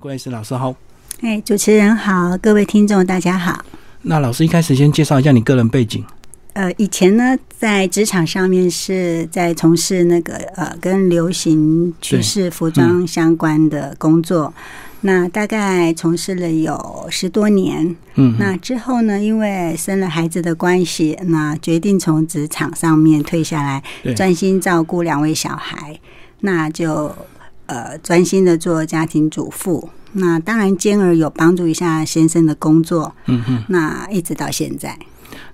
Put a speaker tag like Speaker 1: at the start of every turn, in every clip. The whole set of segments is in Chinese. Speaker 1: 郭医师老师好。
Speaker 2: 哎，主持人好，各位听众大家好。
Speaker 1: 那老师一开始先介绍一下你个人背景。
Speaker 2: 呃，以前呢，在职场上面是在从事那个呃跟流行趋势服
Speaker 1: 嗯
Speaker 2: 装相关的工作，那大概从事了有十多年。
Speaker 1: 嗯，
Speaker 2: 那之后呢，因为生了孩子的关系，那决定从职场上面退下来
Speaker 1: 对，
Speaker 2: 专心照顾两位小孩，那就呃专心的做家庭主妇。那当然，兼而有帮助一下先生的工作，
Speaker 1: 嗯哼。
Speaker 2: 那一直到现在。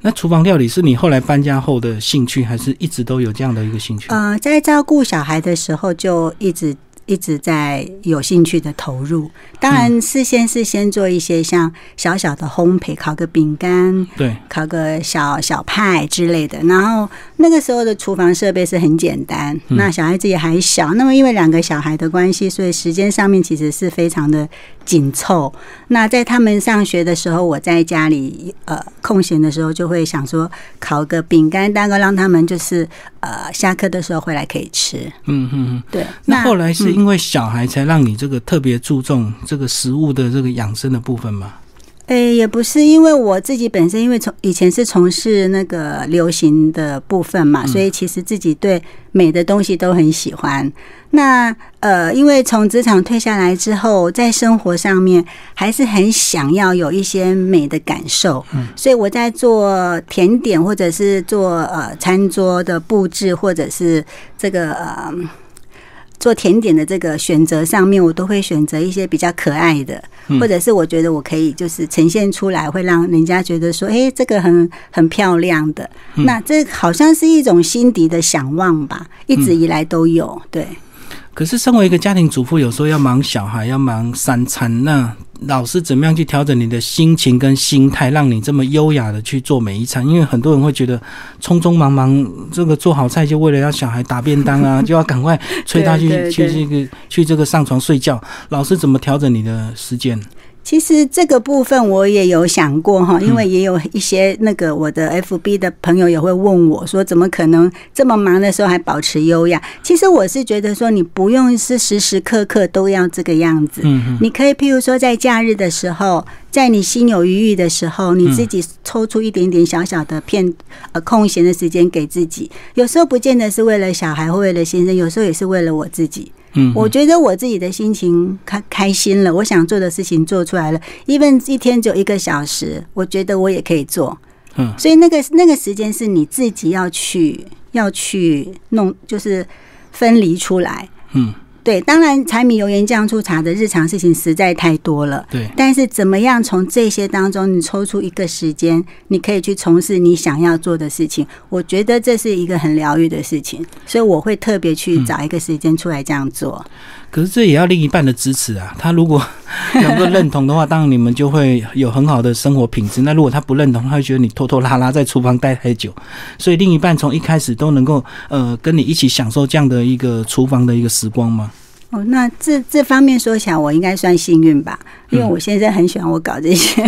Speaker 1: 那厨房料理是你后来搬家后的兴趣，还是一直都有这样的一个兴趣？
Speaker 2: 呃，在照顾小孩的时候，就一直一直在有兴趣的投入。当然，事先是先做一些像小小的烘焙，烤个饼干，
Speaker 1: 对，
Speaker 2: 烤个小小派之类的。然后那个时候的厨房设备是很简单，
Speaker 1: 嗯
Speaker 2: 那小孩子也还小，那么因为两个小孩的关系，所以时间上面其实是非常的紧凑。那在他们上学的时候，我在家里呃空闲的时候，就会想说烤个饼干蛋糕，让他们就是呃下课的时候回来可以吃。
Speaker 1: 嗯哼哼。
Speaker 2: 对，
Speaker 1: 那后来是
Speaker 2: 嗯
Speaker 1: 因为小孩才让你这个特别注重这个食物的这个养生的部分嘛？
Speaker 2: 诶，也不是，因为我自己本身因为从以前是从事那个流行的部分嘛，所以其实自己对美的东西都很喜欢。那呃，因为从职场退下来之后，在生活上面还是很想要有一些美的感受，所以我在做甜点或者是做呃餐桌的布置，或者是这个呃。做甜点的这个选择上面，我都会选择一些比较可爱的，或者是我觉得我可以就是呈现出来，会让人家觉得说，诶，这个很很漂亮的。那这好像是一种心底的想望吧，一直以来都有。对，
Speaker 1: 可是身为一个家庭主妇，有时候要忙小孩，要忙三餐，那老师怎么样去调整你的心情跟心态，让你这么优雅的去做每一餐？因为很多人会觉得匆匆忙忙，这个做好菜就为了要小孩打便当啊，就要赶快催他去
Speaker 2: 对对
Speaker 1: 去
Speaker 2: 对
Speaker 1: 这个去这个上床睡觉。老师怎么调整你的时间？
Speaker 2: 其实这个部分我也有想过哈，因为也有一些那个我的 FB 的朋友也会问我说，怎么可能这么忙的时候还保持优雅？其实我是觉得说，你不用是时时刻刻都要这个样子，
Speaker 1: 嗯哼，
Speaker 2: 你可以，譬如说在假日的时候，在你心有余裕的时候，
Speaker 1: 嗯
Speaker 2: 你自己抽出一点点小小的片呃空闲的时间给自己。有时候不见得是为了小孩或为了先生，有时候也是为了我自己。
Speaker 1: 嗯哼，
Speaker 2: 我觉得我自己的心情开开心了，我想做的事情做出来了，even 一天只有一个小时，我觉得我也可以做。
Speaker 1: 嗯
Speaker 2: 所以那个那个时间是你自己要去要去弄，就是分离出来。
Speaker 1: 嗯，
Speaker 2: 对，当然柴米油盐酱醋茶的日常事情实在太多了。
Speaker 1: 对，
Speaker 2: 但是怎么样从这些当中，你抽出一个时间，你可以去从事你想要做的事情，我觉得这是一个很疗愈的事情，所以我会特别去找一个时间出来这样做。
Speaker 1: 可是这也要另一半的支持啊。 他如果能够认同的话，当然你们就会有很好的生活品质。那如果他不认同，他会觉得你拖拖拉拉在厨房待太久。所以另一半从一开始都能够呃跟你一起享受这样的一个厨房的一个时光嘛。
Speaker 2: 哦，那这这方面说起来，我应该算幸运吧，因为我先生很喜欢我搞这些。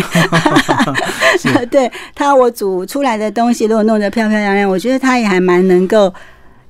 Speaker 2: 对他，我煮出来的东西，如果弄得漂漂亮亮，我觉得他也还蛮能够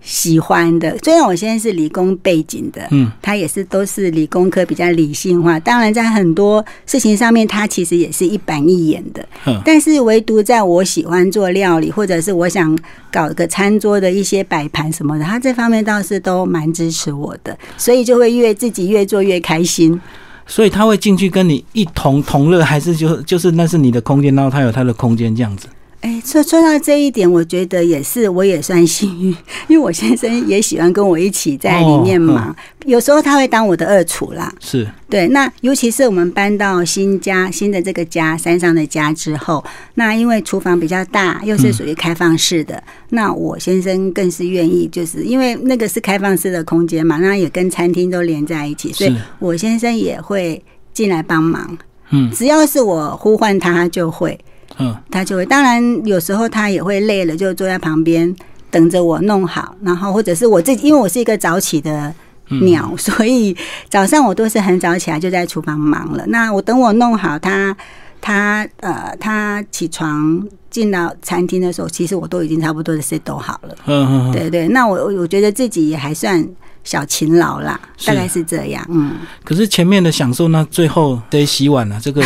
Speaker 2: 喜欢的。虽然我现在是理工背景的，
Speaker 1: 嗯，
Speaker 2: 他也是都是理工科比较理性化，当然在很多事情上面，他其实也是一板一眼的。
Speaker 1: 哼，
Speaker 2: 但是唯独在我喜欢做料理，或者是我想搞个餐桌的一些摆盘什么的，他这方面倒是都蛮支持我的，所以就会越自己越做越开心。
Speaker 1: 所以他会进去跟你一同同乐，还是就就是那是你的空间，然后他有他的空间这样子。
Speaker 2: 哎，说说到这一点，我觉得也是，我也算幸运，因为我先生也喜欢跟我一起在里面
Speaker 1: 哦
Speaker 2: 忙，有时候他会当我的二厨啦。
Speaker 1: 是，
Speaker 2: 对，那尤其是我们搬到新家、新的这个家、山上的家之后，那因为厨房比较大，又是属于开放式的，那我先生更是愿意，就是因为那个是开放式的空间嘛，那也跟餐厅都连在一起，所以
Speaker 1: 是
Speaker 2: 我先生也会进来帮忙。
Speaker 1: 嗯
Speaker 2: 只要是我呼唤他，他就会，
Speaker 1: 嗯，
Speaker 2: 他就会。当然，有时候他也会累了，就坐在旁边等着我弄好，然后或者是我自己，因为我是一个早起的
Speaker 1: 嗯
Speaker 2: 鸟， 所以早上我都是很早起来就在厨房忙了。那我等我弄好他，他呃，他起床进到餐厅的时候，其实我都已经差不多的 set 都好了。
Speaker 1: 嗯嗯嗯。
Speaker 2: 对对，那我我我觉得自己也还算小勤劳啦，
Speaker 1: 是
Speaker 2: 大概是这样。嗯，
Speaker 1: 可是前面的享受呢，最后得洗碗了、这个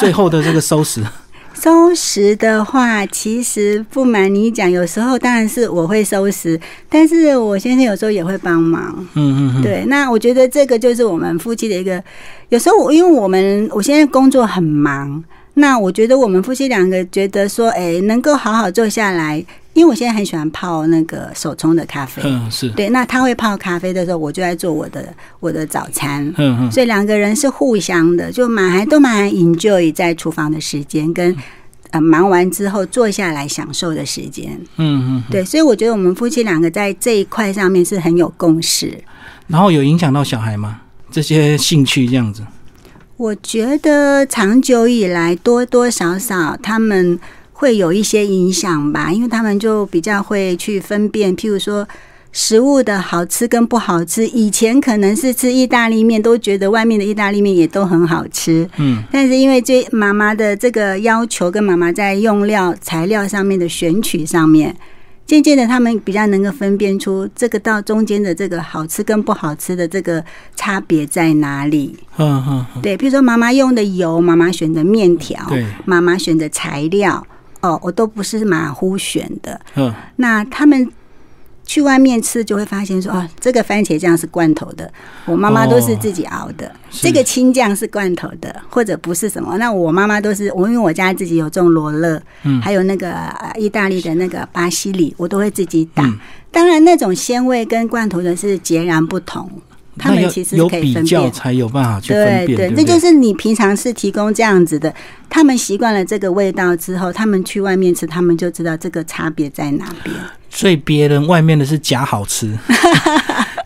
Speaker 1: 最后的这个收拾，
Speaker 2: 收拾的话，其实不瞒你讲，有时候当然是我会收拾，但是我先生有时候也会帮忙。
Speaker 1: 嗯嗯嗯，
Speaker 2: 对，那我觉得这个就是我们夫妻的一个，有时候我因为我们我现在工作很忙，那我觉得我们夫妻两个觉得说，哎，能够好好坐下来，因为我现在很喜欢泡那个手冲的咖啡，
Speaker 1: 嗯是，
Speaker 2: 对，那他会泡咖啡的时候，我就在做我的我的早餐。
Speaker 1: 嗯嗯
Speaker 2: 所以两个人是互相的，就蛮还都蛮 enjoy 在厨房的时间，
Speaker 1: 嗯
Speaker 2: 跟呃忙完之后坐下来享受的时间。
Speaker 1: 嗯嗯，
Speaker 2: 对，所以我觉得我们夫妻两个在这一块上面是很有共识。
Speaker 1: 然后有影响到小孩吗？这些兴趣这样子，
Speaker 2: 我觉得长久以来多多少少他们会有一些影响吧，因为他们就比较会去分辨，譬如说。食物的好吃跟不好吃，以前可能是吃意大利面，都觉得外面的意大利面也都很好吃。
Speaker 1: 嗯，
Speaker 2: 但是因为这妈妈的这个要求，跟妈妈在用料材料上面的选取上面，渐渐的他们比较能够分辨出这个到中间的这个好吃跟不好吃的这个差别在哪里。
Speaker 1: 嗯嗯嗯，
Speaker 2: 对，比如说妈妈用的油，妈妈选的面条，
Speaker 1: 对，
Speaker 2: 妈妈选的材料，哦，我都不是马虎选的。
Speaker 1: 嗯
Speaker 2: 那他们去外面吃，就会发现说，哦，这个番茄酱是罐头的，我妈妈都是
Speaker 1: 哦
Speaker 2: 自己熬的；
Speaker 1: 是
Speaker 2: 这个青酱是罐头的，或者不是什么。那我妈妈都是我，因为我家自己有种罗勒，
Speaker 1: 嗯
Speaker 2: 还有那个呃意大利的那个巴西里，我都会自己打。
Speaker 1: 嗯
Speaker 2: 当然，那种鲜味跟罐头的是截然不同。他
Speaker 1: 那
Speaker 2: 们
Speaker 1: 要
Speaker 2: 其实是
Speaker 1: 有
Speaker 2: 可以
Speaker 1: 比
Speaker 2: 分
Speaker 1: 较
Speaker 2: 辨，
Speaker 1: 才有办法去分
Speaker 2: 对
Speaker 1: 辨，对不
Speaker 2: 这
Speaker 1: 对？
Speaker 2: 就是你平常是提供这样子的，他们习惯了这个味道之后，他们去外面吃，他们就知道这个差别在哪边。
Speaker 1: 所以别人外面的是假好 吃，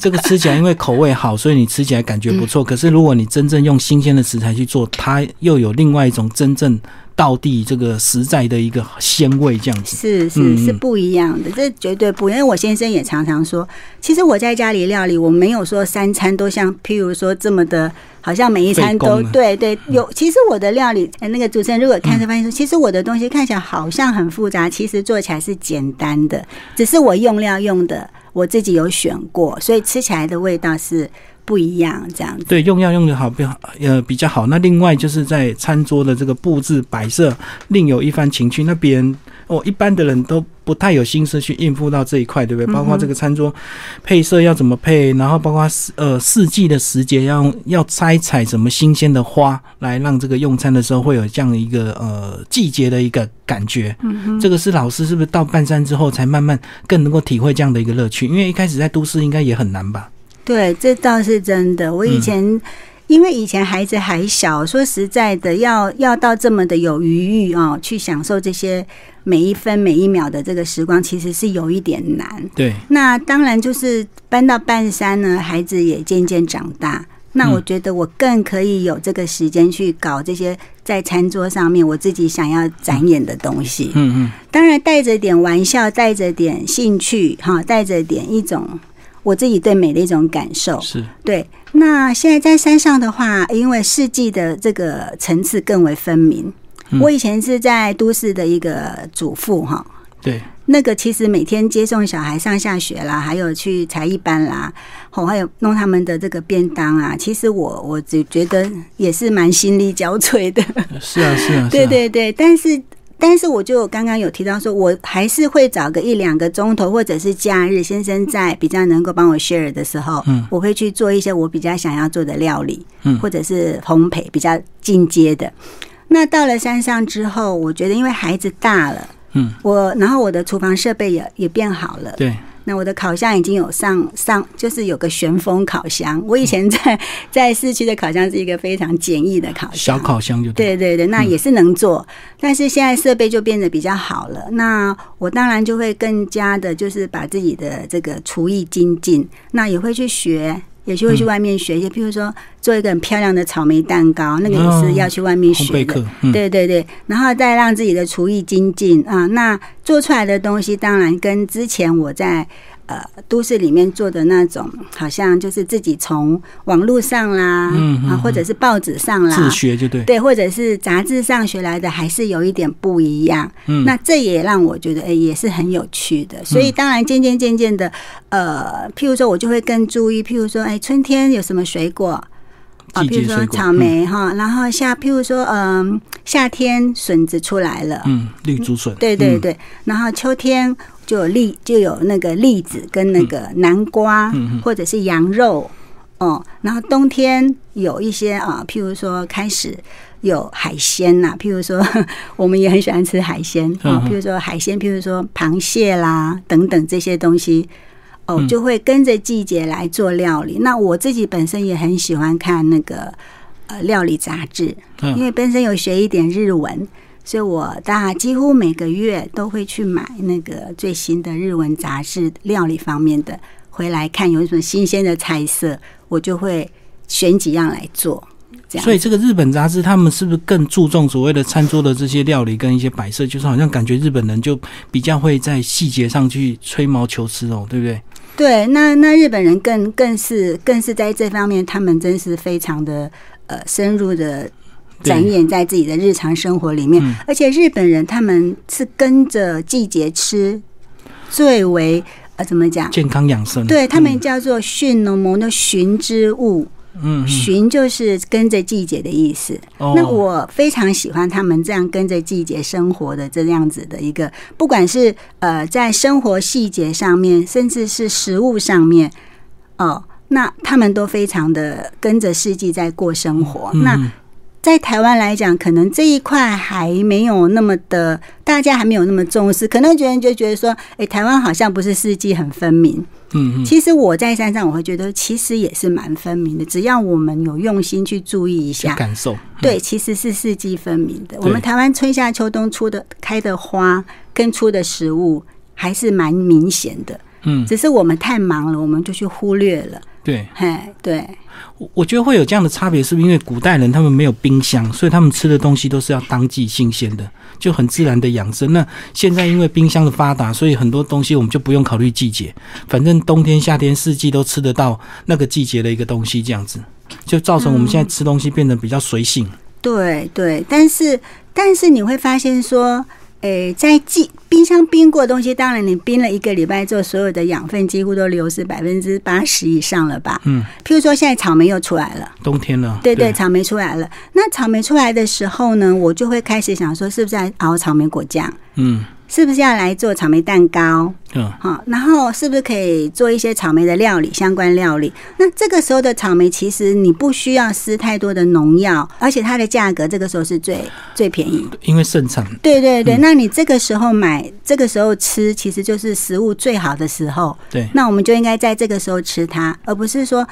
Speaker 1: 这个吃起来因为口味好，所以你吃起来感觉不
Speaker 2: 嗯
Speaker 1: 错。可是如果你真正用新鲜的食材去做，它又有另外一种真正道地这个实在的一个鲜味，这样子。
Speaker 2: 是
Speaker 1: 嗯
Speaker 2: 是是不一样的，这绝对不一样。因为我先生也常常说，其实我在家里料理，我没有说三餐都像，譬如说这么的，好像每一餐
Speaker 1: 费
Speaker 2: 都
Speaker 1: 工啊嗯
Speaker 2: 对对有。其实我的料理，呃那个主持人如果看着发现说，其实我的东西看起来好像很复杂，其实做起来是简单的，只是我用料用的我自己有选过，所以吃起来的味道是不一样这样子。
Speaker 1: 对，用药用的好比呃比较好。那另外就是在餐桌的这个布置摆设，另有一番情趣。那别人哦，一般的人都不太有心思去应付到这一块，对不对？包括这个餐桌配色要怎么配，然后包括呃四季的时节要用要摘采什么新鲜的花，来让这个用餐的时候会有这样的一个呃季节的一个感觉。这个是老师是不是到半山之后才慢慢更能够体会这样的一个乐趣？因为一开始在都市应该也很难吧？
Speaker 2: 对，这倒是真的。我以
Speaker 1: 嗯
Speaker 2: 前、因为以前孩子还小，说实在的，要要到这么的有余裕哦，去享受这些每一分每一秒的这个时光，其实是有一点难。
Speaker 1: 对，
Speaker 2: 那当然就是搬到半山呢，孩子也渐渐长大。那我
Speaker 1: 嗯
Speaker 2: 觉得我更可以有这个时间去搞这些在餐桌上面我自己想要展演的东西。
Speaker 1: 嗯嗯。
Speaker 2: 当然带着点玩笑，带着点兴趣，哈，带着点一种我自己对美的一种感受。
Speaker 1: 是，
Speaker 2: 对，那现在在山上的话，因为四季的这个层次更为分明。
Speaker 1: 嗯
Speaker 2: 我以前是在都市的一个主妇哈，
Speaker 1: 对，
Speaker 2: 那个其实每天接送小孩上下学啦，还有去才艺班啦，吼，还有弄他们的这个便当啊，其实我我只觉得也是蛮心力交瘁的。
Speaker 1: 是啊，是啊，
Speaker 2: 对，对对，但是但是我就刚刚有提到说，我还是会找个一两个钟头，或者是假日，先生在比较能够帮我 share 的时候，
Speaker 1: 嗯
Speaker 2: 我会去做一些我比较想要做的料理，
Speaker 1: 嗯
Speaker 2: 或者是烘焙比较进阶的。那到了山上之后，我觉得因为孩子大了，
Speaker 1: 嗯，
Speaker 2: 我然后我的厨房设备也也变好了，
Speaker 1: 对，
Speaker 2: 那我的烤箱已经有上上，就是有个旋风烤箱。我以前在在市区的烤箱是一个非常简易的烤箱
Speaker 1: 小，烤箱就对，
Speaker 2: 对对对，那也是能做，但是现在设备就变得比较好了。那我当然就会更加的，就是把自己的这个厨艺精进，那也会去学。也就会
Speaker 1: 嗯
Speaker 2: 去外面学一些，譬如说做一个很漂亮的草莓蛋糕，那个也是要去外面
Speaker 1: 哦烘
Speaker 2: 学
Speaker 1: 焙
Speaker 2: 的。
Speaker 1: 课，嗯，
Speaker 2: 对对对，然后再让自己的厨艺精进啊，那做出来的东西当然跟之前我在呃都市里面做的那种，好像就是自己从网络上啦，
Speaker 1: 嗯嗯
Speaker 2: 啊
Speaker 1: 嗯
Speaker 2: 或者是报纸上啦，
Speaker 1: 自学就对，
Speaker 2: 对，或者是杂志上学来的，还是有一点不一样。
Speaker 1: 嗯
Speaker 2: 那这也让我觉得，哎、也是很有趣的。所以当然，渐渐渐渐的，呃，譬如说我就会更注意，譬如说，哎、春天有什么水果啊？
Speaker 1: 季
Speaker 2: 譬
Speaker 1: 节
Speaker 2: 如说
Speaker 1: 水果嗯
Speaker 2: 草莓哈，然后夏，譬如说，嗯、夏天笋子出来了，
Speaker 1: 嗯，绿竹笋，
Speaker 2: 对对
Speaker 1: 嗯，
Speaker 2: 对，然后秋天就有栗，就有那个栗子跟那个南瓜，
Speaker 1: 嗯嗯
Speaker 2: 或者是羊肉哦。然后冬天有一些啊，譬如说开始有海鲜呐、譬如说 我们也很喜欢吃海鲜
Speaker 1: 嗯，
Speaker 2: 啊
Speaker 1: 嗯
Speaker 2: 譬如说海鲜，譬如说螃蟹啦等等这些东西。哦，
Speaker 1: 嗯
Speaker 2: 就会跟着季节来做料理。那我自己本身也很喜欢看那个呃料理杂志，
Speaker 1: 嗯
Speaker 2: 因为本身有学一点日文，所以我大几乎每个月都会去买那个最新的日文杂志，料理方面的回来看有什么新鲜的菜色，我就会选几样来做。这样，
Speaker 1: 所以这个日本杂志，他们是不是更注重所谓的餐桌的这些料理跟一些摆设？就是好像感觉日本人就比较会在细节上去吹毛求疵哦，对不对？
Speaker 2: 对，那那日本人更更是更是在这方面，他们真是非常的呃深入的展
Speaker 1: 对
Speaker 2: 演在自己的日常生活里面，
Speaker 1: 嗯
Speaker 2: 而且日本人他们是跟着季节吃，最为呃怎么讲？
Speaker 1: 健康养生，
Speaker 2: 对他们叫做驯农盟的寻之物，
Speaker 1: 嗯，嗯，嗯
Speaker 2: 寻就是跟着季节的意思。
Speaker 1: 哦
Speaker 2: 那我非常喜欢他们这样跟着季节生活的这样子的一个，不管是呃在生活细节上面，甚至是食物上面，哦，那他们都非常的跟着四季在过生活。
Speaker 1: 嗯
Speaker 2: 那
Speaker 1: 嗯
Speaker 2: 在台湾来讲，可能这一块还没有那么的，大家还没有那么重视，可能觉得就觉得说，哎、台湾好像不是四季很分明。
Speaker 1: 嗯嗯
Speaker 2: 其实我在山上，我会觉得其实也是蛮分明的，只要我们有用心去注意一
Speaker 1: 去
Speaker 2: 下，
Speaker 1: 感受，
Speaker 2: 对，其实是四季分明的。我们台湾春夏秋冬出的开的花跟出的食物还是蛮明显的，
Speaker 1: 嗯，
Speaker 2: 只是我们太忙了，我们就去忽略了。
Speaker 1: 对，
Speaker 2: 嘿，对，
Speaker 1: 我我觉得会有这样的差别，是不是因为古代人他们没有冰箱，所以他们吃的东西都是要当季新鲜的，就很自然的养生。那现在因为冰箱的发达，所以很多东西我们就不用考虑季节，反正冬天、夏天、四季都吃得到那个季节的一个东西，这样子就造成我们
Speaker 2: 嗯
Speaker 1: 现在吃东西变得比较随性。
Speaker 2: 对对，但是但是你会发现说，诶，在季冰箱冰过的东西，当然你冰了一个礼拜之后，所有的养分几乎都流失百分之八十以上了吧？
Speaker 1: 嗯，
Speaker 2: 譬如说现在草莓又出来了。
Speaker 1: 冬天了，
Speaker 2: 对对，草莓出来了。那草莓出来的时候呢，我就会开始想说，是不是要熬草莓果酱？
Speaker 1: 嗯
Speaker 2: 是不是要来做草莓蛋糕？
Speaker 1: 嗯，
Speaker 2: 哈，然后是不是可以做一些草莓的料理，相关料理？那这个时候的草莓，其实你不需要施太多的农药，而且它的价格这个时候是最最便宜。
Speaker 1: 因为盛产，
Speaker 2: 对对对，那你这个时候买，这个时候吃，其实就是食物最好的时候。
Speaker 1: 对，
Speaker 2: 那我们就应该在这个时候吃它，而不是说。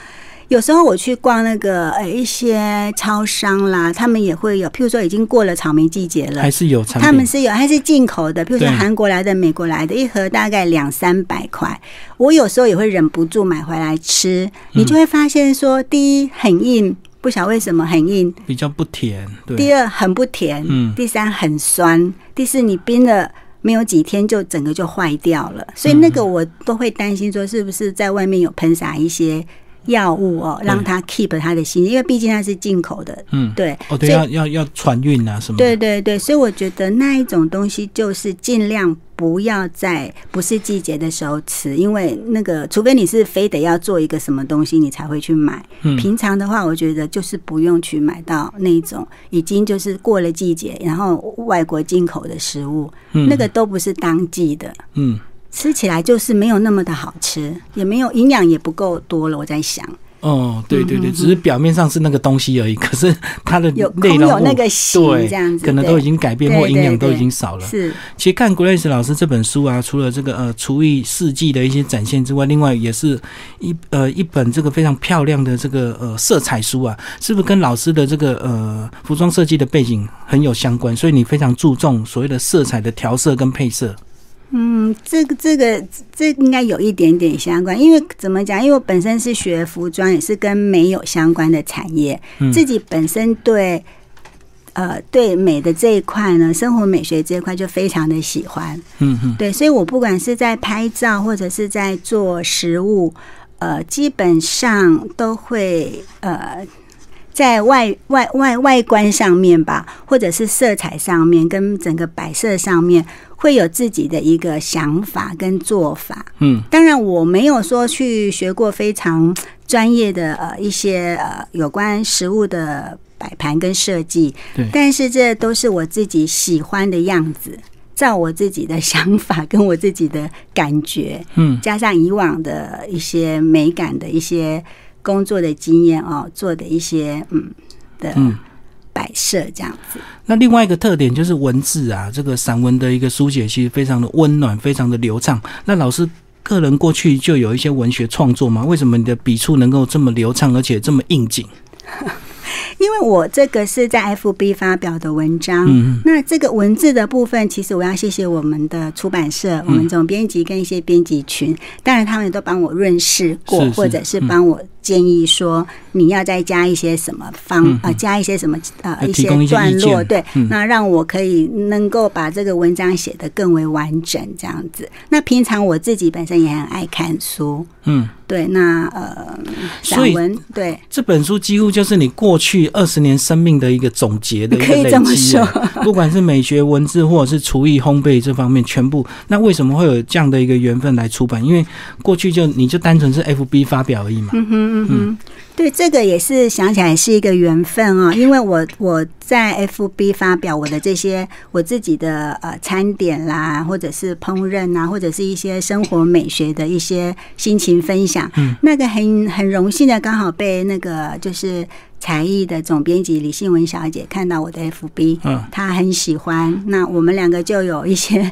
Speaker 2: 有时候我去逛那个呃一些超商啦，他们也会有，譬如说已经过了草莓季节了
Speaker 1: 还，是有产
Speaker 2: 哎他们
Speaker 1: 品，
Speaker 2: 是有，它是进口的，譬如说
Speaker 1: 对
Speaker 2: 韩国来的、美国来的，一盒大概两三百块。我有时候也会忍不住买回来吃，你就会发现说，第一很硬，不晓得为什么很硬；
Speaker 1: 比较不甜，对，
Speaker 2: 第二很不甜，
Speaker 1: 嗯
Speaker 2: 第三很酸；第四你冰了。没有几天就整个就坏掉了，所以那
Speaker 1: 嗯
Speaker 2: 个我都会担心说是不是在外面有喷洒一些药物哦，让它 keep 它的新鲜，因为毕竟它是进口的，
Speaker 1: 嗯，
Speaker 2: 对，
Speaker 1: 哦对，
Speaker 2: 所以
Speaker 1: 要要要船运啊什么的，
Speaker 2: 对对对，所以我觉得那一种东西就是尽量不要在不是季节的时候吃，因为那个除非你是非得要做一个什么东西你才会去买。
Speaker 1: 嗯
Speaker 2: 平常的话，我觉得就是不用去买到那种已经就是过了季节，然后外国进口的食物，
Speaker 1: 嗯
Speaker 2: 那个都不是当季的，
Speaker 1: 嗯。
Speaker 2: 吃起来就是没有那么的好吃，也没有营养也不够多了。我在想，
Speaker 1: 哦，对对对，只是表面上是那个东西而已，可是它的
Speaker 2: 嗯有
Speaker 1: 内
Speaker 2: 空有
Speaker 1: 容
Speaker 2: 那
Speaker 1: 物
Speaker 2: 个心
Speaker 1: 对
Speaker 2: 这样子，
Speaker 1: 可能
Speaker 2: 对
Speaker 1: 都已经改变
Speaker 2: 对
Speaker 1: 或营
Speaker 2: 对
Speaker 1: 养都
Speaker 2: 对
Speaker 1: 已经少了。
Speaker 2: 是
Speaker 1: 其实看 Grace 老师这本书啊，除了这个呃厨艺四季的一些展现之外，另外也是一呃一本这个非常漂亮的这个呃色彩书啊，是不是跟老师的这个呃服装设计的背景很有相关？所以你非常注重所谓的色彩的调色跟配色。
Speaker 2: 嗯，这个这个这应该有一点点相关，因为怎么讲？因为我本身是学服装，也是跟美有相关的产业，
Speaker 1: 嗯
Speaker 2: 自己本身对呃对美的这一块呢，生活美学这一块就非常的喜欢。
Speaker 1: 嗯嗯，
Speaker 2: 对，所以我不管是在拍照或者是在做食物，呃，基本上都会呃。在外外外外观上面吧，或者是色彩上面，跟整个摆设上面，会有自己的一个想法跟做法。
Speaker 1: 嗯，
Speaker 2: 当然我没有说去学过非常专业的呃一些呃有关食物的摆盘跟设计
Speaker 1: 对，
Speaker 2: 但是这都是我自己喜欢的样子，照我自己的想法跟我自己的感觉，
Speaker 1: 嗯，
Speaker 2: 加上以往的一些美感的一些工作的经验哦，做的一些嗯的
Speaker 1: 嗯
Speaker 2: 摆设这样子。
Speaker 1: 那另外一个特点就是文字啊，这个散文的一个书写其实非常的温暖，非常的流畅。那老师个人过去就有一些文学创作嘛，为什么你的笔触能够这么流畅，而且这么应景？
Speaker 2: 因为我这个是在 FB 发表的文章，
Speaker 1: 嗯
Speaker 2: 那这个文字的部分，其实我要谢谢我们的出版
Speaker 1: 嗯
Speaker 2: 社、我们总编辑跟一些编辑群，当然他们都帮我润饰过，
Speaker 1: 是是嗯
Speaker 2: 或者是帮我建议说你要再加一些什么方、
Speaker 1: 嗯
Speaker 2: 呃，加一些什么呃
Speaker 1: 要
Speaker 2: 一
Speaker 1: 提
Speaker 2: 些
Speaker 1: 供一些
Speaker 2: 段
Speaker 1: 意
Speaker 2: 落，
Speaker 1: 见
Speaker 2: 对，
Speaker 1: 嗯
Speaker 2: 那让我可以能够把这个文章写得更为完整这样子。那平常我自己本身也很爱看书，
Speaker 1: 嗯，
Speaker 2: 对，那呃
Speaker 1: 所
Speaker 2: 散
Speaker 1: 以
Speaker 2: 文对。
Speaker 1: 这本书几乎就是你过去二十年生命的一个总结的一个
Speaker 2: 可以
Speaker 1: 累
Speaker 2: 这么
Speaker 1: 积啊， 不管是美学、文字，或者是厨艺、烘焙这方面，全部。那为什么会有这样的一个缘分来出版？因为过去就你就单纯是 FB 发表而已嘛。
Speaker 2: 嗯哼嗯哼，对，这个也是想起来是一个缘分哦，因为我我在 FB 发表我的这些我自己的呃餐点啦，或者是烹饪啊，或者是一些生活美学的一些心情分享，
Speaker 1: 嗯，
Speaker 2: 那个很很荣幸的刚好被那个就是才艺的总编辑李信文小姐看到我的 FB。
Speaker 1: 嗯，
Speaker 2: 她很喜欢，那我们两个就有一些，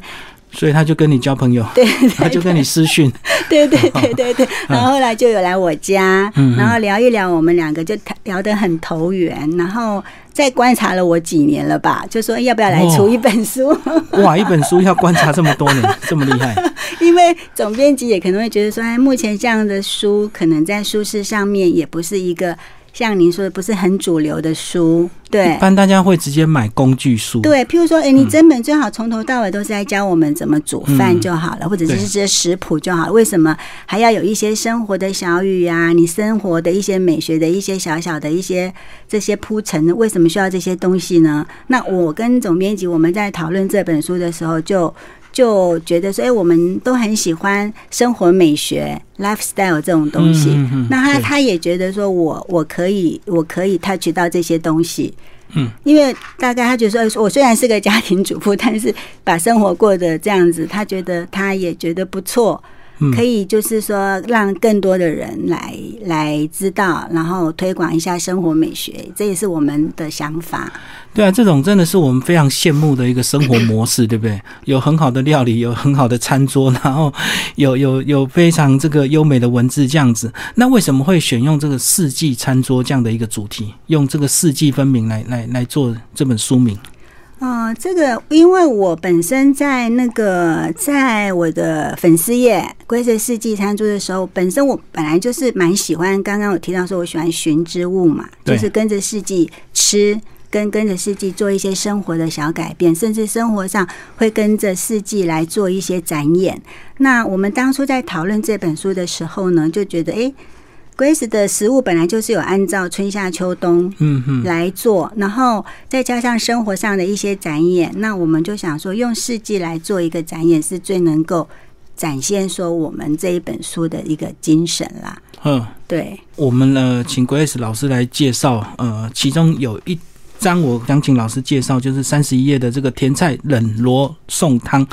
Speaker 1: 所以他就跟你交朋友，
Speaker 2: 对
Speaker 1: 他就跟你私讯，
Speaker 2: 对对对对 对，然后后来就有来我家，
Speaker 1: 嗯
Speaker 2: 然后聊一聊，我们两个就谈聊得很投缘，然后再观察了我几年了吧，就说要不要来
Speaker 1: 哦
Speaker 2: 出一本书，
Speaker 1: 哇，一本书要观察这么多年，这么厉害，
Speaker 2: 因为总编辑也可能会觉得说，哎，目前这样的书可能在书市上面也不是一个像您说的不是很主流的书，对
Speaker 1: 一。般大家会直接买工具书，嗯
Speaker 2: 对，譬如说，哎，你整本最好从头到尾都是在教我们怎么煮饭就好了，或者
Speaker 1: 对
Speaker 2: 是这些食谱就好。为什么还要有一些生活的小语啊？你生活的一些美学的一些小小的一些这些铺陈，为什么需要这些东西呢？那我跟总编辑我们在讨论这本书的时候就。就觉得说，哎、我们都很喜欢生活美学 （lifestyle） 这种东西。
Speaker 1: 嗯嗯嗯
Speaker 2: 那他
Speaker 1: 对
Speaker 2: 他也觉得说我我可以我可以 touch 到这些东西，
Speaker 1: 嗯，
Speaker 2: 因为大概他觉得说，哎我虽然是个家庭主妇，但是把生活过得这样子，他觉得他也觉得不错，
Speaker 1: 嗯
Speaker 2: 可以就是说让更多的人来来知道，然后推广一下生活美学，这也是我们的想法。
Speaker 1: 对啊，这种真的是我们非常羡慕的一个生活模式，对不 对？有很好的料理，有很好的餐桌，然后有有有非常这个优美的文字这样子。那为什么会选用这个四季餐桌这样的一个主题，用这个四季分明来来来做这本书名？
Speaker 2: 嗯、这个因为我本身在那个在我的粉丝页“龟水世纪餐桌”的时候，本身我本来就是蛮喜欢，刚刚我提到说我喜欢寻之物嘛，
Speaker 1: 对
Speaker 2: 就是跟着世纪吃。跟跟着世纪做一些生活的小改变，甚至生活上会跟着世纪来做一些展演。那我们当初在讨论这本书的时候呢，就觉得，诶 g r a c e 的食物本来就是有按照春夏秋冬
Speaker 1: 嗯哼，
Speaker 2: 来做，然后再加上生活上的一些展演，那我们就想说用四季来做一个展演，是最能够展现说我们这一本书的一个精神啦。
Speaker 1: 嗯，
Speaker 2: 对，
Speaker 1: 我们呃，请 Grace 老师来介绍，呃，其中有一章我想请老师介绍，就是三十一页的这个甜菜冷罗宋汤。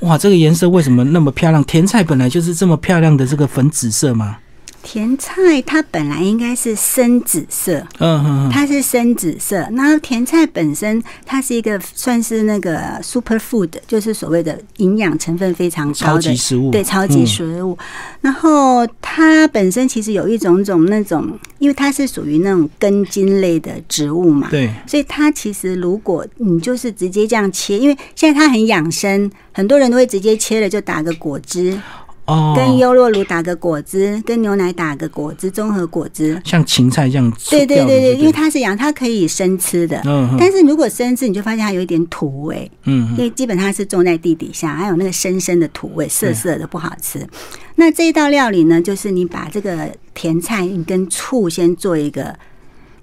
Speaker 1: 哇，这个颜色为什么那么漂亮？甜菜本来就是这么漂亮的这个粉紫色嘛。
Speaker 2: 甜菜它本来应该是深紫色，
Speaker 1: 嗯嗯嗯，
Speaker 2: 它是深紫色。那甜菜本身它是一个算是那个 super food，就是所谓的营养成分非常高
Speaker 1: 超
Speaker 2: 的
Speaker 1: 级食物。嗯
Speaker 2: 对，超级食物。然后它本身其实有一种种那种，因为它是属于那种根茎类的植物嘛
Speaker 1: 嗯。，对，
Speaker 2: 所以它其实如果你就是直接这样切，因为现在它很养生，很多人都会直接切了就打个果汁，
Speaker 1: 哦，
Speaker 2: 跟优酪乳打个果汁，跟牛奶打个果汁，综合果汁。
Speaker 1: 像芹菜这样吃
Speaker 2: 对
Speaker 1: 掉
Speaker 2: 对
Speaker 1: 的
Speaker 2: 对对，因为
Speaker 1: 不
Speaker 2: 它是羊，它可以生吃的。
Speaker 1: 嗯哼
Speaker 2: 但是如果生吃，你就发现它有一点土味，
Speaker 1: 嗯
Speaker 2: 因
Speaker 1: 嗯
Speaker 2: 为基本上它是种在地底下，还有那个深深的土味，涩涩的不好吃。那这一道料理呢，就是你把这个甜菜你跟醋先做一个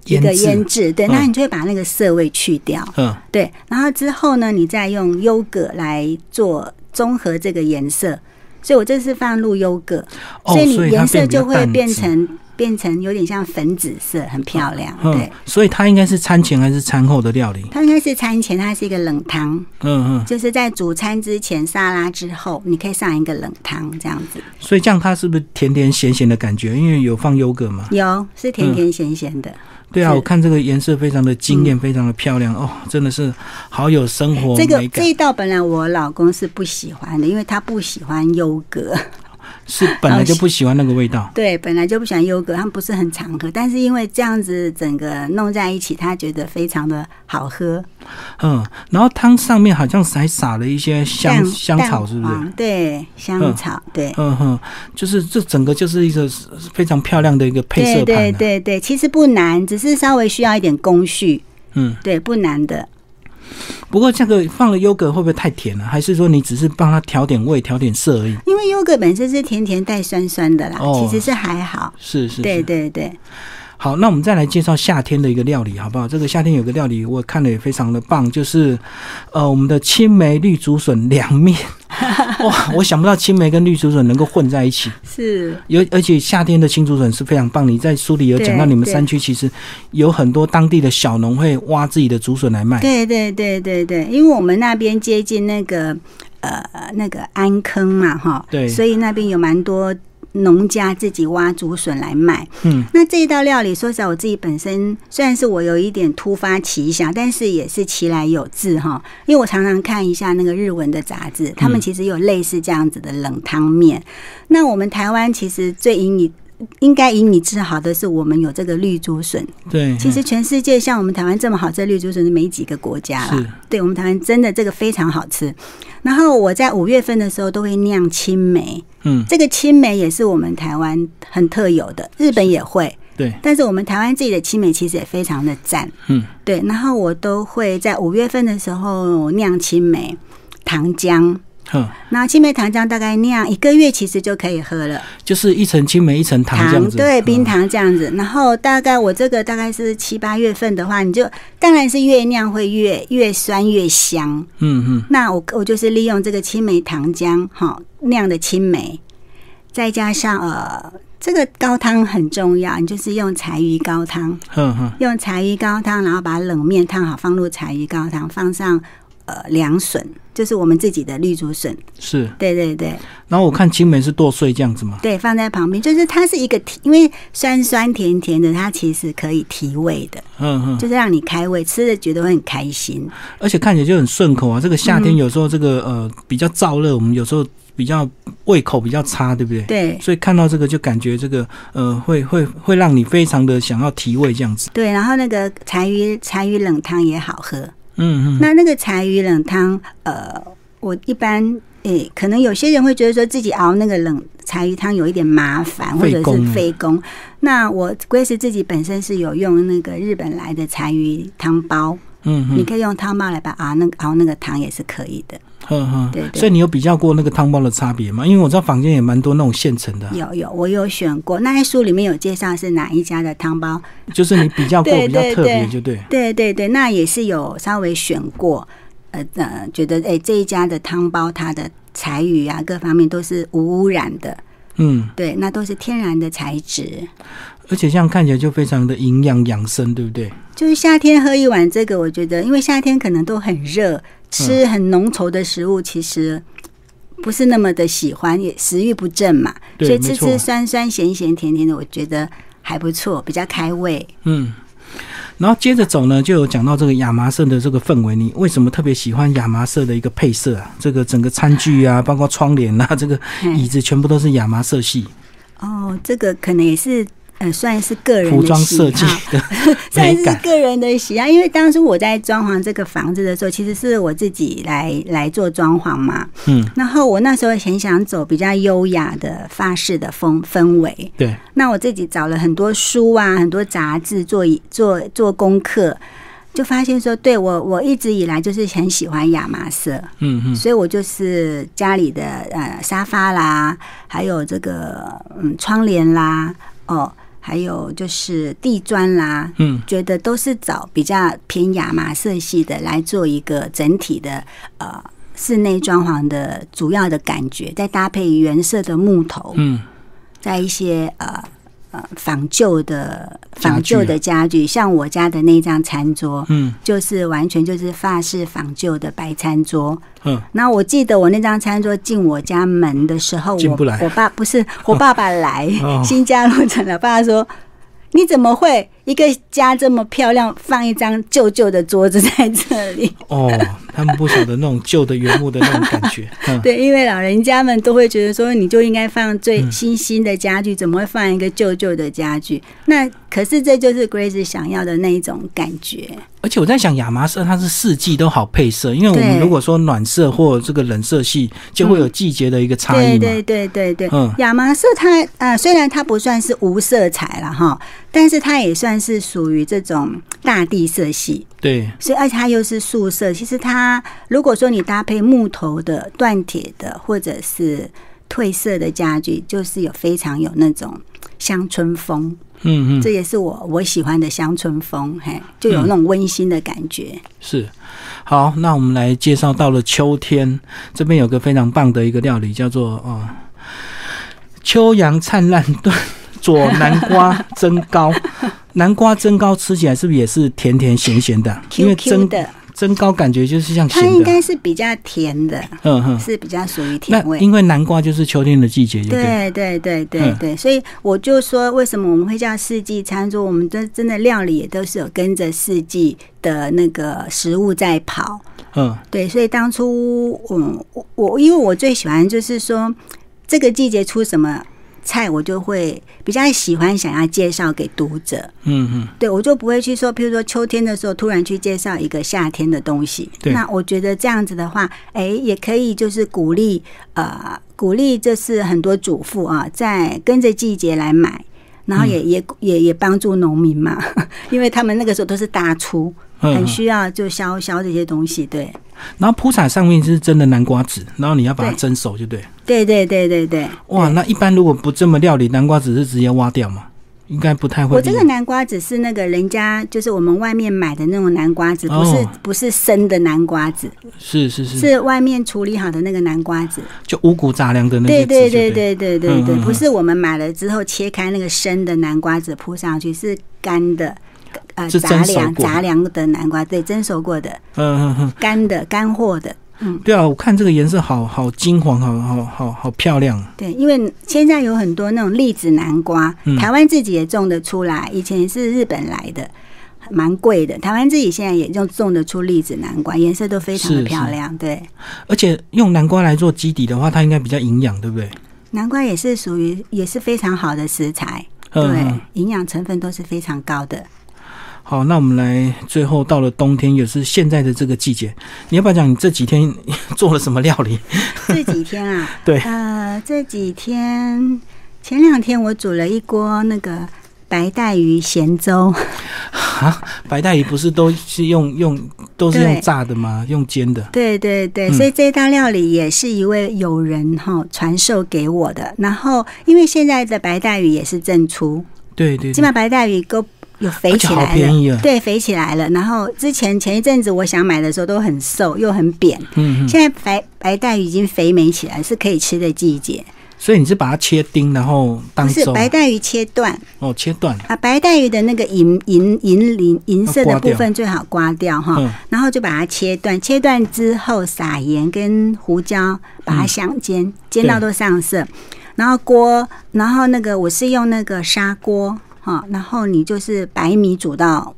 Speaker 2: 一
Speaker 1: 腌
Speaker 2: 个
Speaker 1: 制
Speaker 2: 腌制，对，
Speaker 1: 嗯
Speaker 2: 那你就会把那个涩味去掉。
Speaker 1: 嗯
Speaker 2: 对，然后之后呢，你再用优格来做综合这个颜色，所以我这次放入优格，
Speaker 1: 哦，
Speaker 2: 以你
Speaker 1: 它
Speaker 2: 颜色
Speaker 1: 变比较
Speaker 2: 就会
Speaker 1: 淡
Speaker 2: 变
Speaker 1: 紫
Speaker 2: 成变成有点像粉紫色，很漂亮。
Speaker 1: 嗯
Speaker 2: 对，，
Speaker 1: 所以它应该是餐前还是餐后的料理？
Speaker 2: 它应该是餐前，它是一个冷汤，
Speaker 1: 嗯嗯，
Speaker 2: 就是在主餐之前、沙拉之后，你可以上一个冷汤这样子。
Speaker 1: 所以这样它是不是甜甜咸咸的感觉？因为有放优格嘛。
Speaker 2: 有是甜甜咸咸的，
Speaker 1: 对啊，
Speaker 2: 是嗯
Speaker 1: 我看这个颜色非常的惊艳，非常的漂亮哦，真的是好有生活
Speaker 2: 这个
Speaker 1: 美
Speaker 2: 这
Speaker 1: 感，
Speaker 2: 一道本来我老公是不喜欢的，因为他不喜欢优格。
Speaker 1: 是本来就不喜欢那个味道。
Speaker 2: 对，本来就不喜欢优格，他们不是很常喝，但是因为这样子整个弄在一起，他觉得非常的好喝。
Speaker 1: 嗯，然后汤上面好像还撒了一些香
Speaker 2: 呃蛋
Speaker 1: 香草，是不？
Speaker 2: 蛋
Speaker 1: 是？
Speaker 2: 黄对，香
Speaker 1: 嗯
Speaker 2: 草，对。
Speaker 1: 嗯哼，就是这整个就是一个非常漂亮的一个配色
Speaker 2: 对
Speaker 1: 盘、啊。
Speaker 2: 对对对，其实不难，只是稍微需要一点工序，
Speaker 1: 嗯，
Speaker 2: 对，不难的。
Speaker 1: 不过这个放了优格会不会太甜了、还是说你只是帮它调点味、调点色而已？
Speaker 2: 因为优格本身是甜甜带酸酸的啦，
Speaker 1: 哦
Speaker 2: 其实是还好。
Speaker 1: 是是是。
Speaker 2: 对对对，
Speaker 1: 好，那我们再来介绍夏天的一个料理，好不好？这个夏天有个料理我看了也非常的棒，就是呃我们的青梅绿竹笋凉面。 哇，我想不到青梅跟绿竹笋能够混在一起，
Speaker 2: 是
Speaker 1: 尤而且夏天的青竹笋是非常棒。你在书里有讲到，
Speaker 2: 对
Speaker 1: 你们
Speaker 2: 对
Speaker 1: 山区其实有很多当地的小农会挖自己的竹笋来卖。
Speaker 2: 对对对对对，因为我们那边接近那个呃那个安坑嘛，哈，
Speaker 1: 对
Speaker 2: 所以那边有蛮多农家自己挖竹笋来卖。
Speaker 1: 嗯，
Speaker 2: 那这一道料理，说实在，我自己本身虽然是我有一点突发奇想，但是也是其来有志哈，因为我常常看一下那个日文的杂志，他们其实有类似这样子的冷汤面。那我们台湾其实最引以应该引以自豪的是，我们有这个绿竹笋
Speaker 1: 对，
Speaker 2: 其实全世界像我们台湾这么好吃的绿竹笋是没几个国家
Speaker 1: 是
Speaker 2: 啦。对我们台湾真的这个非常好吃。然后我在五月份的时候都会酿青梅，
Speaker 1: 嗯，
Speaker 2: 这个青梅也是我们台湾很特有的，日本也会，
Speaker 1: 对，
Speaker 2: 但是我们台湾自己的青梅其实也非常的赞。
Speaker 1: 嗯，
Speaker 2: 对，然后我都会在五月份的时候酿青梅糖浆，
Speaker 1: 哼，
Speaker 2: 那青梅糖浆大概酿一个月，其实就可以喝了。
Speaker 1: 就是一层青梅一层糖这样子。
Speaker 2: 对
Speaker 1: 嗯
Speaker 2: 冰。糖这样子。然后大概我这个大概是七八月份的话，你就当然是越酿会越越酸越香。
Speaker 1: 嗯嗯，
Speaker 2: 那我我就是利用这个青梅糖浆哈酿的青梅，再加上呃这个高汤很重要，你就是用柴鱼高汤，
Speaker 1: 哼哼，
Speaker 2: 用柴鱼高汤，然后把冷面烫好，放入柴鱼高汤，放上呃凉笋，就是我们自己的绿竹笋，
Speaker 1: 是。
Speaker 2: 对对对。
Speaker 1: 然后我看青梅是剁碎这样子嘛。
Speaker 2: 对，放在旁边，就是它是一个提，因为酸酸甜甜的，它其实可以提味的，
Speaker 1: 嗯哼。
Speaker 2: 就是让你开胃，吃的觉得会很开心。
Speaker 1: 而且看起来就很顺口啊。这个夏
Speaker 2: 嗯
Speaker 1: 天有时候这个、呃比较燥热，我们有时候比较胃口比较差，对不对？
Speaker 2: 对
Speaker 1: 所以看到这个就感觉这个呃会会会让你非常的想要提味这样子。
Speaker 2: 对，然后那个柴鱼柴鱼冷汤也好喝，
Speaker 1: 嗯嗯，
Speaker 2: 那那个柴鱼冷汤，呃，我一般诶、可能有些人会觉得说自己熬那个冷柴鱼汤有一点麻烦，或
Speaker 1: 费
Speaker 2: 者
Speaker 1: 工
Speaker 2: 是费工。那我 Grace 自己本身是有用那个日本来的柴鱼汤包，
Speaker 1: 嗯
Speaker 2: 你
Speaker 1: 嗯
Speaker 2: 可以用汤包来把熬那个熬那个汤也是可以的。
Speaker 1: 嗯嗯，
Speaker 2: 对对
Speaker 1: 所以你有比较过那个汤包的差别吗？因为我知道坊间也蛮多那种现成 的啊，
Speaker 2: 有有，我有选过。那在书里面有介绍是哪一家的汤包？
Speaker 1: 就是你比较过
Speaker 2: 对
Speaker 1: 比较
Speaker 2: 对
Speaker 1: 特别，
Speaker 2: 对
Speaker 1: 就对。
Speaker 2: 对对对，那也是有稍微选过。呃呃，觉得哎、这一家的汤包它的柴鱼啊，各方面都是无污染的，
Speaker 1: 嗯，
Speaker 2: 对，那都是天然的材质。
Speaker 1: 而且这样看起来就非常的营养养生，对不对？
Speaker 2: 就是夏天喝一碗这个，我觉得，因为夏天可能都很热，吃很浓稠的食物其实不是那么的喜欢，也食欲不振嘛，
Speaker 1: 对
Speaker 2: 所以吃
Speaker 1: 没错
Speaker 2: 吃酸酸咸咸甜甜的，我觉得还不错，比较开胃。
Speaker 1: 嗯，然后接着走呢，就有讲到这个亚麻色的这个氛围，你为什么特别喜欢亚麻色的一个配色啊？这个整个餐具 啊，包括窗帘啊，这个
Speaker 2: 嗯
Speaker 1: 椅子全部都是亚麻色系。
Speaker 2: 哦，这个可能也是呃，算是个人
Speaker 1: 服
Speaker 2: 的
Speaker 1: 装
Speaker 2: 喜
Speaker 1: 设计
Speaker 2: 好，
Speaker 1: 的
Speaker 2: 算
Speaker 1: 美
Speaker 2: 是
Speaker 1: 感，
Speaker 2: 个人的喜好。因为当初我在装潢这个房子的时候，其实是我自己来来做装潢嘛。
Speaker 1: 嗯，
Speaker 2: 然后我那时候很想走比较优雅的法式的风氛围，
Speaker 1: 对，
Speaker 2: 那我自己找了很多书啊，很多杂志做一做做功课，就发现说，对我我一直以来就是很喜欢亚麻色，
Speaker 1: 嗯嗯，
Speaker 2: 所以我就是家里的呃沙发啦，还有这个嗯窗帘啦，哦，还有就是地砖啦，
Speaker 1: 嗯，
Speaker 2: 觉得都是找比较偏亚麻色系的来做一个整体的呃室内装潢的主要的感觉，再搭配原色的木头，
Speaker 1: 嗯，
Speaker 2: 在一些呃呃仿旧的
Speaker 1: 家具啊
Speaker 2: 仿旧的家具，像我家的那张餐桌，
Speaker 1: 嗯，
Speaker 2: 就是完全就是法式仿旧的白餐桌。
Speaker 1: 嗯，
Speaker 2: 那我记得我那张餐桌进我家门的时候，
Speaker 1: 进
Speaker 2: 我
Speaker 1: 不来
Speaker 2: 我爸不是我爸爸来、
Speaker 1: 哦
Speaker 2: 新加入城了，爸爸说。你怎么会一个家这么漂亮，放一张旧旧的桌子在这里？
Speaker 1: 哦，他们不晓得那种旧的原木的那种感 觉，嗯，
Speaker 2: 对，因为老人家们都会觉得说，你就应该放最新新的家具，怎么会放一个旧旧的家具？那可是这就是 Grace 想要的那一种感觉。
Speaker 1: 而且我在想，亚麻色它是四季都好配色，因为我们
Speaker 2: 对嗯
Speaker 1: 如果说暖色或这个冷色系，就会有季节的一个差异嘛。
Speaker 2: 对对对对对，
Speaker 1: 嗯
Speaker 2: 亚麻色它呃虽然它不算是无色彩了哈，但是它也算是属于这种大地色系，
Speaker 1: 对
Speaker 2: 所以而且它又是素色。其实它如果说你搭配木头的、锻铁的或者是褪色的家具，就是有非常有那种乡村风。
Speaker 1: 嗯嗯，
Speaker 2: 这也是我我喜欢的乡村风，嘿，就有那种温馨的感觉。
Speaker 1: 是。好，那我们来介绍到了秋天，这边有个非常棒的一个料理，叫做哦，秋阳灿烂炖佐南瓜蒸 糕。南瓜蒸糕吃起来是不是也是甜甜咸咸的啊？因为
Speaker 2: Q Q
Speaker 1: 蒸
Speaker 2: 的，
Speaker 1: 蒸糕感觉就是像
Speaker 2: 它
Speaker 1: 咸
Speaker 2: 应
Speaker 1: 的啊，
Speaker 2: 该是比较甜的，
Speaker 1: 嗯哼。
Speaker 2: 是比较属于甜
Speaker 1: 那
Speaker 2: 味。
Speaker 1: 因为南瓜就是秋天的季节，就对。
Speaker 2: 对对对对对，所以我就说，为什么我们会叫四季餐桌？我们真真的料理也都是有跟着四季的那个食物在跑。
Speaker 1: 嗯
Speaker 2: 对，所以当初嗯，我我因为我最喜欢就是说，这个季节出什么菜，我就会比较喜欢想要介绍给读者。
Speaker 1: 嗯嗯，
Speaker 2: 对，我就不会去说，譬如说秋天的时候突然去介绍一个夏天的东西。
Speaker 1: 对
Speaker 2: 那我觉得这样子的话，哎，也可以就是鼓励呃，鼓励这是很多主妇啊，在跟着季节来买，然后
Speaker 1: 嗯
Speaker 2: 也、也也也帮助农民嘛， 因为他们那个时候都是大出，
Speaker 1: 嗯
Speaker 2: 很需要就削削这些东西。对，
Speaker 1: 然后铺撒上面是真的南瓜籽，然后你要把它
Speaker 2: 对
Speaker 1: 蒸熟，就对。
Speaker 2: 对对对对对。
Speaker 1: 哇，那一般如果不这么料理，南瓜籽是直接挖掉嘛？应该不太会。
Speaker 2: 我这个南瓜子是那个人家就是我们外面买的那种南瓜子，不是、
Speaker 1: 哦
Speaker 2: 不是生的南瓜子，
Speaker 1: 是是是，
Speaker 2: 是外面处理好的那个南瓜子。
Speaker 1: 就五谷杂粮的那
Speaker 2: 对
Speaker 1: 些籽就
Speaker 2: 对
Speaker 1: 对。
Speaker 2: 对对对对，
Speaker 1: 嗯嗯嗯
Speaker 2: 不是我们买了之后切开那个生的南瓜子铺上去，是干的，呃，
Speaker 1: 是
Speaker 2: 杂
Speaker 1: 蒸熟
Speaker 2: 粮
Speaker 1: 过的
Speaker 2: 杂粮的南瓜，对，蒸熟过的，
Speaker 1: 嗯嗯嗯，
Speaker 2: 干的干货的。
Speaker 1: 对啊，我看这个颜色好好金黄，好好好好漂亮。
Speaker 2: 对，因为现在有很多那种栗子南瓜
Speaker 1: 嗯，
Speaker 2: 台湾自己也种得出来，以前是日本来的，蛮贵的。台湾自己现在也用种得出栗子南瓜，颜色都非常
Speaker 1: 是
Speaker 2: 的
Speaker 1: 是
Speaker 2: 漂亮。对，
Speaker 1: 而且用南瓜来做基底的话，它应该比较营养，对不对？
Speaker 2: 南瓜也是属于也是非常好的食材，对
Speaker 1: 嗯，，
Speaker 2: 营养成分都是非常高的。
Speaker 1: 好，那我们来最后到了冬天，也是现在的这个季节，你要不要讲你这几天 做了什么料 理？，
Speaker 2: 这几天啊
Speaker 1: 对
Speaker 2: 呃，这几天前两天我煮了一锅那个白带鱼咸粥，
Speaker 1: 啊，白带鱼不是都是用用都是用
Speaker 2: 对
Speaker 1: 炸的吗？用煎的？
Speaker 2: 对对对，
Speaker 1: 嗯
Speaker 2: 所以这道料理也是一位友人哈传授给我的。然后因为现在的白带鱼也是正出，
Speaker 1: 对对
Speaker 2: 基
Speaker 1: 对
Speaker 2: 本，上白带鱼都有肥起
Speaker 1: 嗯而且
Speaker 2: 来
Speaker 1: 好便宜啊
Speaker 2: 了，对，肥起来了。然后之前前一阵子我想买的时候都很瘦又很扁，
Speaker 1: 嗯嗯。
Speaker 2: 现在白白带鱼已经肥美起来，是可以吃的季节。
Speaker 1: 所以你是把它切丁，然后当
Speaker 2: 不是
Speaker 1: 粥
Speaker 2: 白带鱼切断，
Speaker 1: 哦，切断。
Speaker 2: 啊，白带鱼的那个银银银鳞银色
Speaker 1: 要啊
Speaker 2: 的
Speaker 1: 刮掉
Speaker 2: 部分最好刮掉哈，
Speaker 1: 嗯
Speaker 2: 然后就把它切断，切断之后撒盐跟胡椒，把
Speaker 1: 嗯
Speaker 2: 它香煎，煎到都上色。然后锅，然后那个我是用那个砂锅哈，然后你就是白米煮到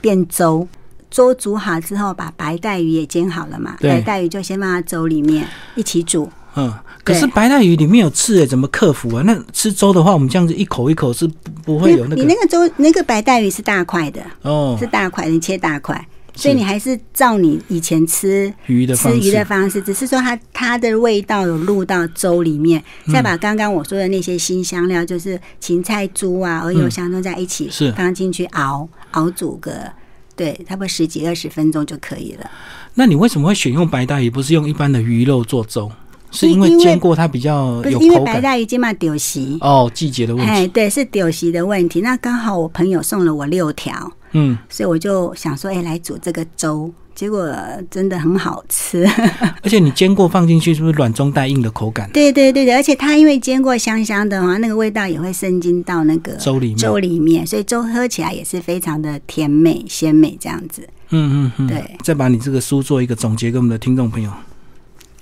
Speaker 2: 变粥，粥煮好之后把白带鱼也煎好了嘛，
Speaker 1: 对
Speaker 2: 白带鱼就先放到粥里面一起煮，
Speaker 1: 嗯，可是白带鱼里面有刺诶，怎么克服啊？那吃粥的话，我们这样子一口一口是不不会有那
Speaker 2: 你
Speaker 1: 个
Speaker 2: 那个粥那个白带鱼是大块的，
Speaker 1: 哦
Speaker 2: 是大块的，你切大块，
Speaker 1: 是
Speaker 2: 所以你还是照你以前吃
Speaker 1: 鱼的
Speaker 2: 吃
Speaker 1: 方
Speaker 2: 鱼的
Speaker 1: 式。
Speaker 2: 方式，只是说它它的味道有入到粥里面，
Speaker 1: 嗯
Speaker 2: 再把刚刚我说的那些新香料，就是芹菜珠啊、鹅油香弄在一起
Speaker 1: 嗯是，
Speaker 2: 放进去熬熬煮个。对，差不多十几二十分钟就可以了。
Speaker 1: 那你为什么会选用白带鱼，不是用一般的鱼肉做粥？是因为
Speaker 2: 因为
Speaker 1: 煎过它比较
Speaker 2: 不是
Speaker 1: 呃有
Speaker 2: 因为
Speaker 1: 口
Speaker 2: 白
Speaker 1: 感
Speaker 2: 带鱼今嘛丢席，
Speaker 1: 哦，季节的问
Speaker 2: 哎，
Speaker 1: 题。
Speaker 2: 对，是丢席的问题。那刚好我朋友送了我六条，
Speaker 1: 嗯，
Speaker 2: 所以我就想说，哎，来煮这个粥。结果真的很好吃，
Speaker 1: 而且你煎过放进去，是不是软中带硬的口感？
Speaker 2: 对对对对，而且它因为煎过香香的话，那个味道也会渗进到那个
Speaker 1: 粥里面。
Speaker 2: 粥里面，所以粥喝起来也是非常的甜美鲜美这样子。
Speaker 1: 嗯嗯嗯。
Speaker 2: 对，
Speaker 1: 再把你这个书做一个总结，给我们的听众朋友。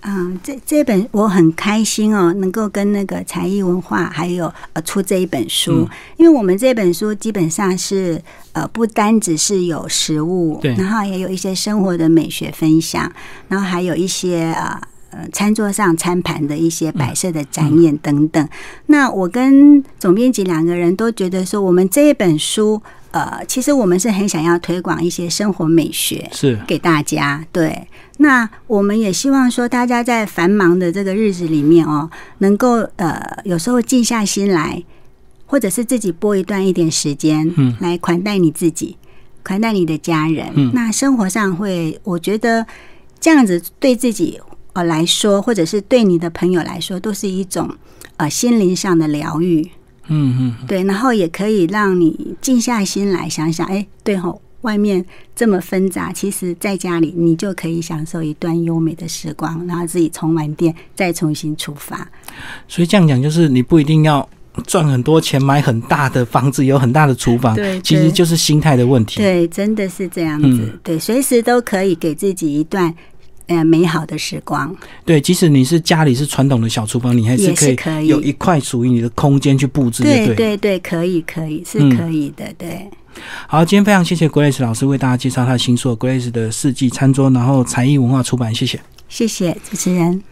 Speaker 2: 嗯，这这本我很开心哦，能够跟那个才艺文化还有呃出这一本书，
Speaker 1: 嗯
Speaker 2: 因为我们这本书基本上是呃不单只是有食物，
Speaker 1: 对
Speaker 2: 然后也有一些生活的美学分享，然后还有一些啊。呃呃，餐桌上餐盘的一些摆设的展
Speaker 1: 嗯
Speaker 2: 演等等，那我跟总编辑两个人都觉得说，我们这一本书，呃，其实我们是很想要推广一些生活美学，
Speaker 1: 是，
Speaker 2: 给大家。对，那我们也希望说，大家在繁忙的这个日子里面哦，能够呃，有时候静下心来，或者是自己拨一段一点时间，
Speaker 1: 嗯，
Speaker 2: 来款待你自己，款待你的家人。
Speaker 1: 嗯
Speaker 2: 那生活上会，我觉得这样子对自己呃来说，或者是对你的朋友来说，都是一种呃心灵上的疗愈。
Speaker 1: 嗯嗯，
Speaker 2: 对，然后也可以让你静下心来想想，哎，对吼、外面这么纷杂，其实在家里你就可以享受一段优美的时光，然后自己充完电再重新出发。
Speaker 1: 所以这样讲就是，你不一定要赚很多钱买很大的房子，有很大的厨房，
Speaker 2: 对
Speaker 1: 其实
Speaker 2: 对
Speaker 1: 就是心态的问题。
Speaker 2: 对，真的是这样子，
Speaker 1: 嗯
Speaker 2: 对，随时都可以给自己一段呃美好的时光，
Speaker 1: 对，即使你是家里是传统的小厨房，你还是
Speaker 2: 也
Speaker 1: 可
Speaker 2: 是
Speaker 1: 以
Speaker 2: 可以。
Speaker 1: 有一块属于你的空间去布置，对
Speaker 2: 对
Speaker 1: 不对？
Speaker 2: 对对，可以可以是
Speaker 1: 嗯
Speaker 2: 可以的，对，
Speaker 1: 好，今天非常谢谢 Grace 老师为大家介绍她的新书《Grace 的世纪餐桌》，然后才艺文化出版，谢谢。
Speaker 2: 谢谢主持人。